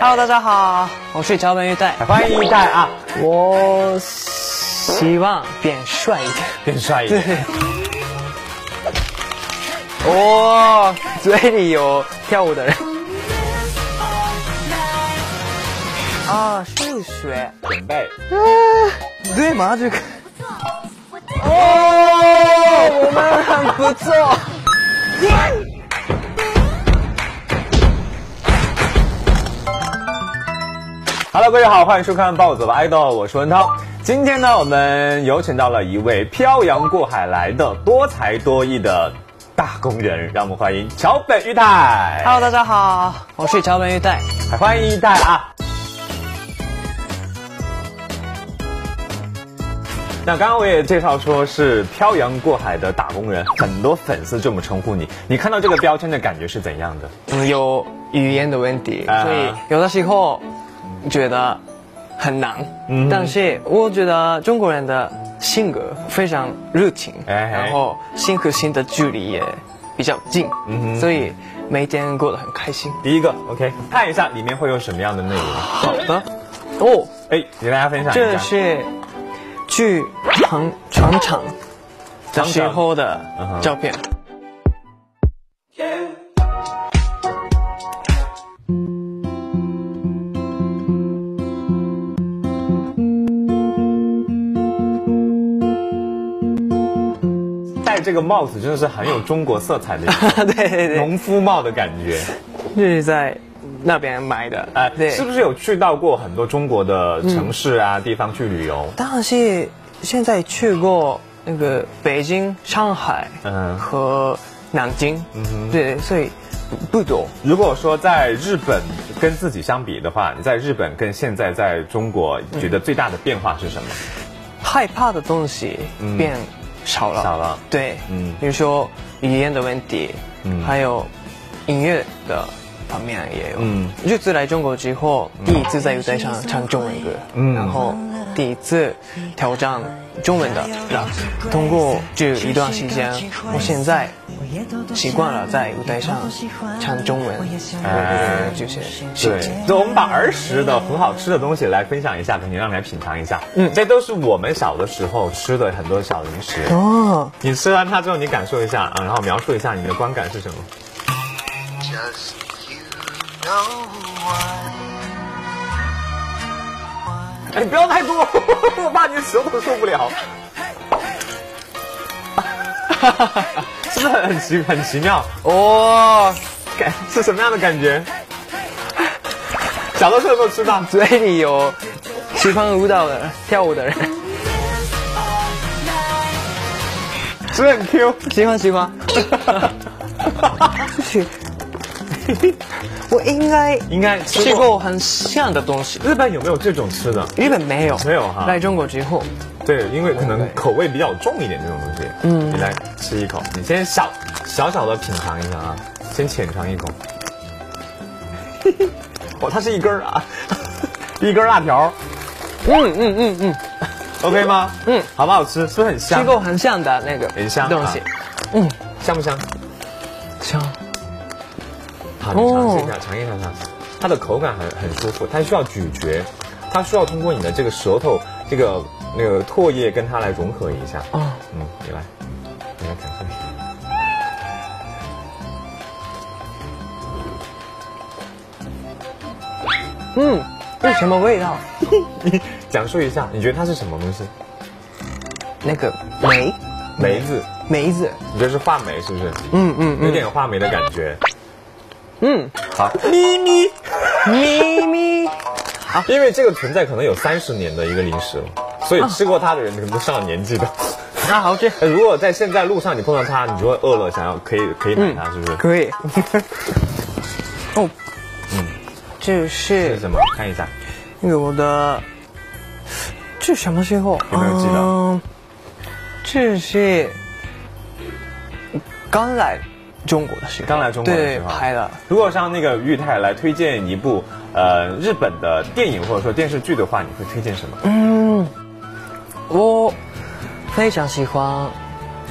Hello，大家好，我是脚本玉带，欢迎一代啊，我希望变帅一点。变帅一点。哦，嘴里有跳舞的人。啊，数学，准备。对吗？这个。哦，我们很不错。 Hello，各位好，欢迎收看《暴走吧爱豆》，我是文涛。今天呢，我们有请到了一位漂洋过海来的多才多艺的大工人，让我们欢迎桥本裕太。 Hello，大家好，我是脚本玉带。欢迎一代啊！那刚刚我也介绍说是漂洋过海的打工人，很多粉丝这么称呼你。你看到这个标签的感觉是怎样的？嗯，有语言的问题，啊所以有的时候觉得很难。嗯但是我觉得中国人的性格非常热情，哎然后心和心的距离也比较近，嗯哼所以每天过得很开心。第一个，OK，看一下里面会有什么样的内容。好的，哦，哎，给大家分享一这下。是去航船厂的时候的嗯哼照片。戴这个帽子真的是很有中国色彩的一 个对对对，嗯农夫帽的感觉。这是在那边买的。哎，对，是不是有去到过很多中国的城市啊、地方去旅游？但是现在去过那个北京、上海，嗯和南京，哼对，所以不不多。如果说在日本跟自己相比的话，你在日本跟现在在中国觉得最大的变化是什么？害怕的东西嗯变少了，少了对，嗯比如说语言的问题，嗯还有音乐的方面也有。嗯这次来中国之后，第一次在舞台上唱中文歌，嗯然后第一次挑战中文的 rap，通过这一段时间，我现在习惯了在舞台上唱中文，哎这些事情。对，那我们把儿时的很好吃的东西来分享一下，肯定让你来品尝一下。嗯，这都是我们小的时候吃的很多小零食。哦，你吃完它之后，你感受一下啊，然后描述一下你的观感是什么？ Just you know why. 哎，不要太多， 我怕你的舌头受不了。 是不是很很奇很奇妙？哦，感是什么样的感觉？小的时候有没有吃到？嘴里有喜欢舞蹈的、跳舞的人，是不是很 Q？喜欢喜欢。就是， 我应该应该吃。过很像的东西，日本有没有这种吃的？日本没有，没有哈来中国之后，对，因为可能口味比较重一点这种东西。嗯，你来吃一口，你先小小小的品尝一下啊，先浅尝一口。 哦，它是一根儿啊， 一根儿辣条嗯嗯嗯嗯， ，OK 吗？嗯，好不好吃？是不是很香吃？过很像的那个很香东西嗯啊，香不香？香。好，你尝试一下，尝一下它，它的口感很很舒服，它需要咀嚼，它需要通过你的这个舌头，这个那个唾液跟它来融合一下。哦，嗯，你来，你来感受一下。嗯，这是什么味道？你讲述一下，你觉得它是什么东西？那个梅梅子，梅子，你觉得是话梅是不是？嗯嗯有点话梅的感觉。嗯，好，咪咪，咪 咪，啊因为这个存在可能有三十年的一个零食了，所以吃过它的人可能都上了年纪啊的。那好吃，如果在现在路上你碰到它，你呃就会饿了，想要可以可以买它，是不是？可以。 哦，这这是是什么？看一下。那个我的，这什么时候？有没有记得嗯这是刚来中国的时候，刚来中国的时候对拍的。如果让那个裕泰来推荐一部呃日本的电影或者说电视剧的话，你会推荐什么？嗯我非常喜欢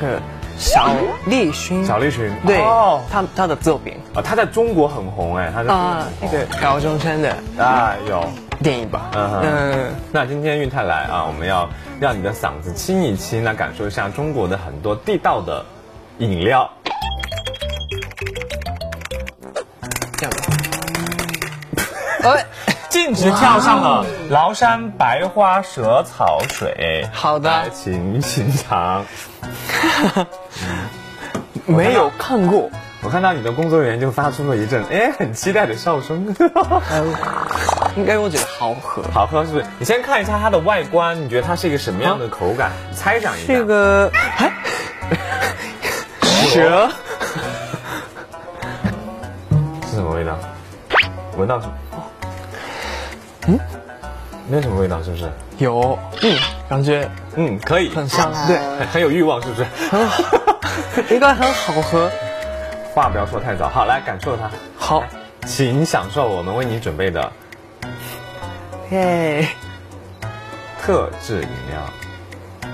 那个《小栗旬，小栗旬对哦，他他的作品啊，他在中国很红哎，他在中国啊很，一红个高中生的啊有。电影吧，嗯哼嗯，那今天运泰来啊，我们要让你的嗓子清一清，那感受一下中国的很多地道的饮料。这样吧。哎，径直跳上了崂山白花蛇草水。好的来请品尝。没有看过，我看到你的工作人员就发出了一阵哎很期待的笑声。 应该我觉得好喝。好喝是不是？你先看一下它的外观，你觉得它是一个什么样的口感？猜哦想一下。这个哎，蛇是什么味道？闻到什么？嗯，没什么味道是不是？有，嗯，感觉嗯，可以，很香，啊对，很很有欲望是 不是？很好，应该很好喝。话不要说太早，好，来感受它，好，请享受我们为你准备的耶，特制饮料。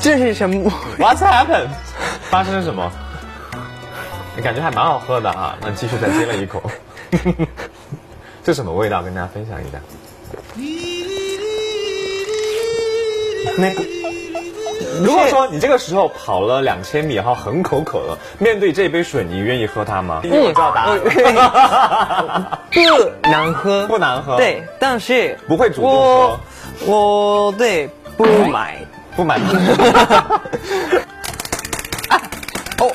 这是什么？ What's happened？发 生了什么？你感觉还蛮好喝的啊，那继续再接了一口。 这什么味道？跟大家分享一下。那个 如果说你这个时候跑了两千米，然后很口渴了，面对这杯水，你愿意喝它嗯吗？我知道答案。不难喝，不难喝对，但是不会主动我喝，我对不买。不 啊买。哦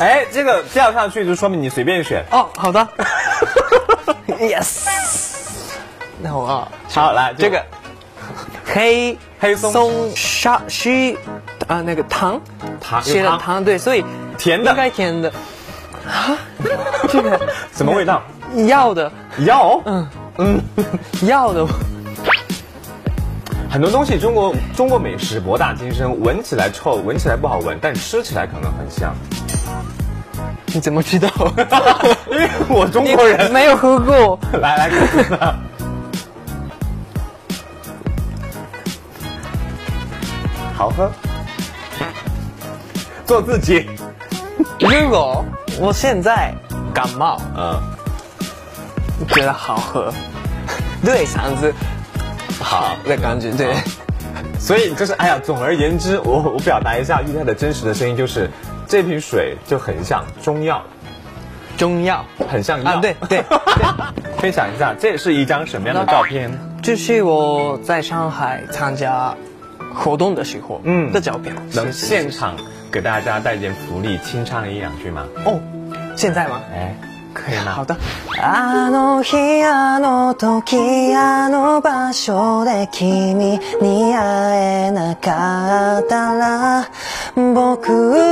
哎，这个掉上去就说明你随便选。哦，好的。yes。那我啊，好，来这个黑黑松松沙须啊，那个糖糖写有了糖，对，所以甜应的该甜的。啊，这个什么味道？要的药。嗯。要的，很多东西，中国中国美食博大精深，闻起来臭，闻起来不好闻，但吃起来可能很香。 你怎么知道？因为我中国你人，没有喝过， 来来，哥哥好喝，做自己。如果我现在感冒，嗯，觉得好喝，对嗓子好。的感觉，啊对，所以就是，哎呀，总而言之，我我表达一下玉泰的真实的声音，就是这瓶水就很像中药，中药很像药。啊，对 对，分享一下，这是一张什么样的照片？这是我在上海参加活动的时候嗯的照片，能是现场给大家带点福利，清唱一两句吗？哦，现在吗？哎，可以吗？好的。的，あの日あの時あの場所で君に会えなかったら僕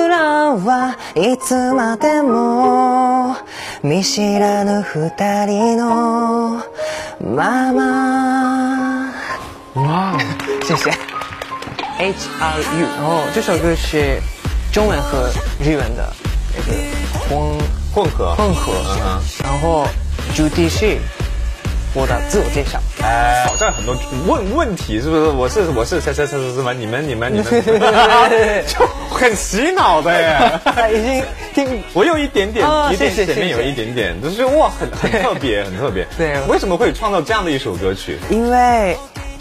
らはいつまでも見知らぬ二人のまま哇，谢谢。H R U，然后这首歌是中文和日文的那个混混合，混合嗯哼，然后主题是我的自我介绍。哎，好像很多问问题是不是？我是我是谁谁谁谁什么？你们你们你们， 就很洗脑的耶。他 已经听我有一点点，哦一点谢谢前面有谢谢一点点，就是哇，很很特别，很特别。对为什么会创造这样的一首歌曲？因为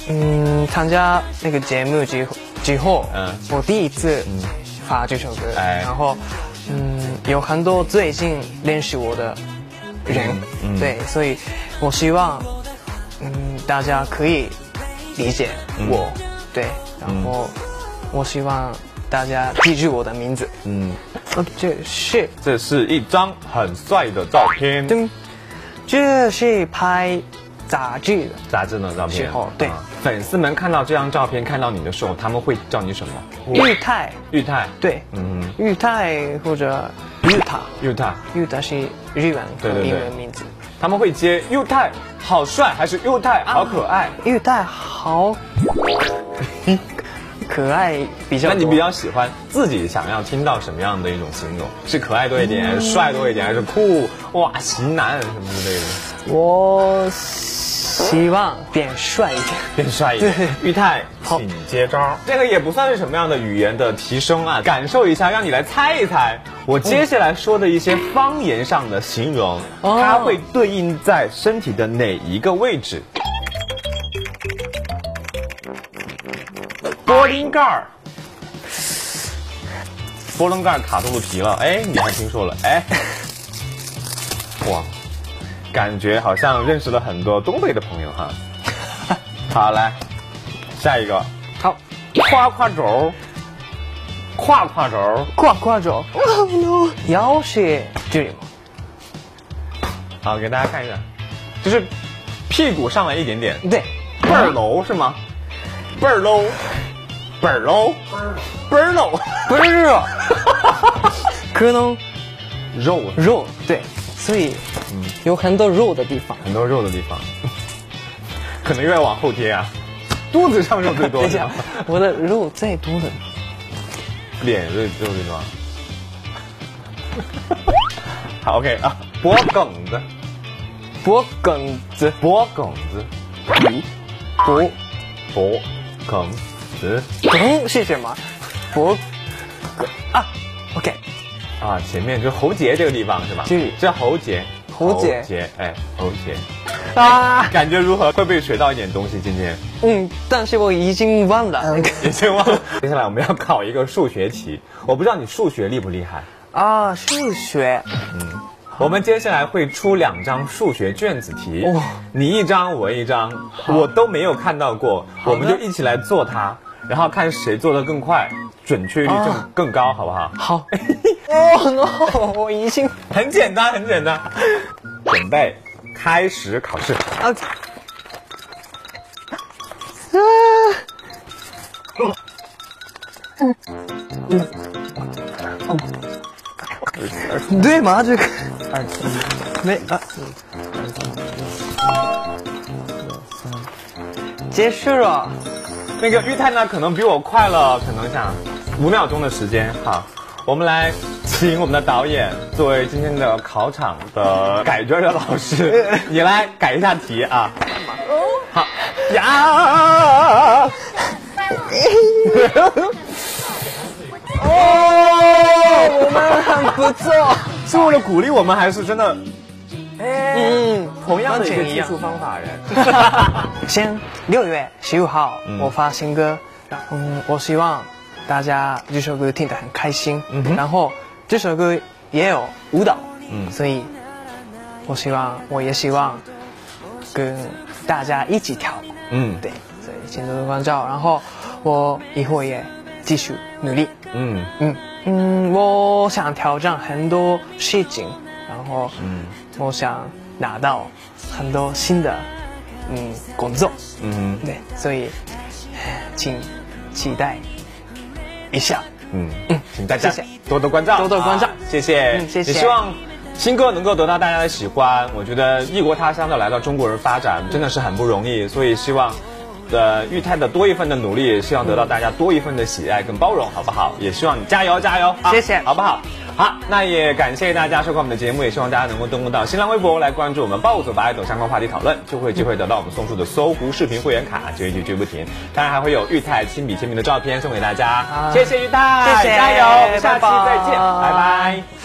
嗯参加那个节目之后之后，嗯我第一次发这首歌，哎然后嗯有很多最近认识我的人，对，所以我希望嗯大家可以理解我，对，然后我希望大家记住我的名字，嗯，哦，这是这是一张很帅的照片，噔，这是拍杂志的，杂志的照片时候。哦对啊粉丝们看到这张照片，看到你的时候，他们会叫你什么？裕泰。玉泰。对，嗯嗯，裕泰或者裕塔，玉泰，裕塔是日文和对对对英文名字。他们会接“幼泰好帅”还是“幼泰好可爱裕泰好嗯可爱比”？较那多，你比较喜欢自己想要听到什么样的嗯一种形容？是可爱多一点，帅多一点，还是酷哇型男什么之类的？我希望变帅一点。 变帅一点。玉泰，好请接招。这个也不算是什么样的语言的提升啊，感受一下，让你来猜一猜，我接下来说的一些方言上的形容，哦它会对应在身体的哪一个位置？波棱盖儿，波棱盖儿卡住了皮了。哎，你还听说了？ 哎，哇，感觉好像认识了很多东北的朋友哈。好，来下一个，好，胯胯轴，胯胯轴挂挂着。Oh no！要是这里吗？好，啊给大家看一下，就是屁股上来一点点，对，倍儿楼是吗？倍儿楼，倍儿楼，倍儿楼，不是 肉，可能肉肉对，所以嗯有很多肉的地方。很多肉的地方，可能越往后贴啊，肚子上肉最多等一下 呢，，我的肉最多的脸肉最多吗？好，OK 啊，脖梗子，脖梗子，脖梗子，脖脖梗子梗是什么？脖梗啊，OK，啊，前面就是喉结这个地方是吧？对这喉结，喉结哎，喉结，啊， 感觉如何？会不会学到一点东西？今天嗯，但是我已经忘了那个也先 忘了。接下来我们要考一个数学题，我不知道你数学厉不厉害。啊，数学啊我们接下来会出两张数学卷子题，哇你一张我一张，我都没有看到过，的我们就一起来做它，然后看谁做的更快，准确率啊更更高，好不好？好。哦 no，我已经很简单，很简单。准备开始考试，啊嗯对吗？这个没啊，结束了。那个玉泰呢，可能比我快了，可能想五秒钟的时间。好，我们来请我们的导演作为今天的考场的改卷的老师， 你来改一下题啊。好呀。哦，我们很不错。是为了鼓励我们，还是真的？嗯，同样的一个完全技术方法人。先六月十五号、我发新歌，然后我希望大家这首歌听得很开心，哼然后这首歌也有舞蹈，所以我希望我也希望跟大家一起跳舞，嗯对，所以请多多关照，然后我以后也继续努力，嗯嗯嗯，我想挑战很多事情，然后我想拿到很多新的嗯工作，嗯对，所以唉请期待一下。嗯嗯，请大家谢谢多多关照，多多关照啊谢谢，嗯谢谢也希望。新歌能够得到大家的喜欢，我觉得异国他乡的来到中国人发展真的是很不容易，所以希望，呃，玉泰的多一份的努力，也希望得到大家多一份的喜爱跟包容，好不好？也希望你加油加油，啊谢谢好不好？好，那也感谢大家收看我们的节目，也希望大家能够登录到新浪微博来关注我们暴走吧爱豆相关话题讨论，就会有机会得到我们送出的搜狐视频会员卡，追剧追不停，当然还会有玉泰亲笔签名的照片送给大家，谢谢玉泰。谢谢哎加油，我们下期拜拜再见，拜拜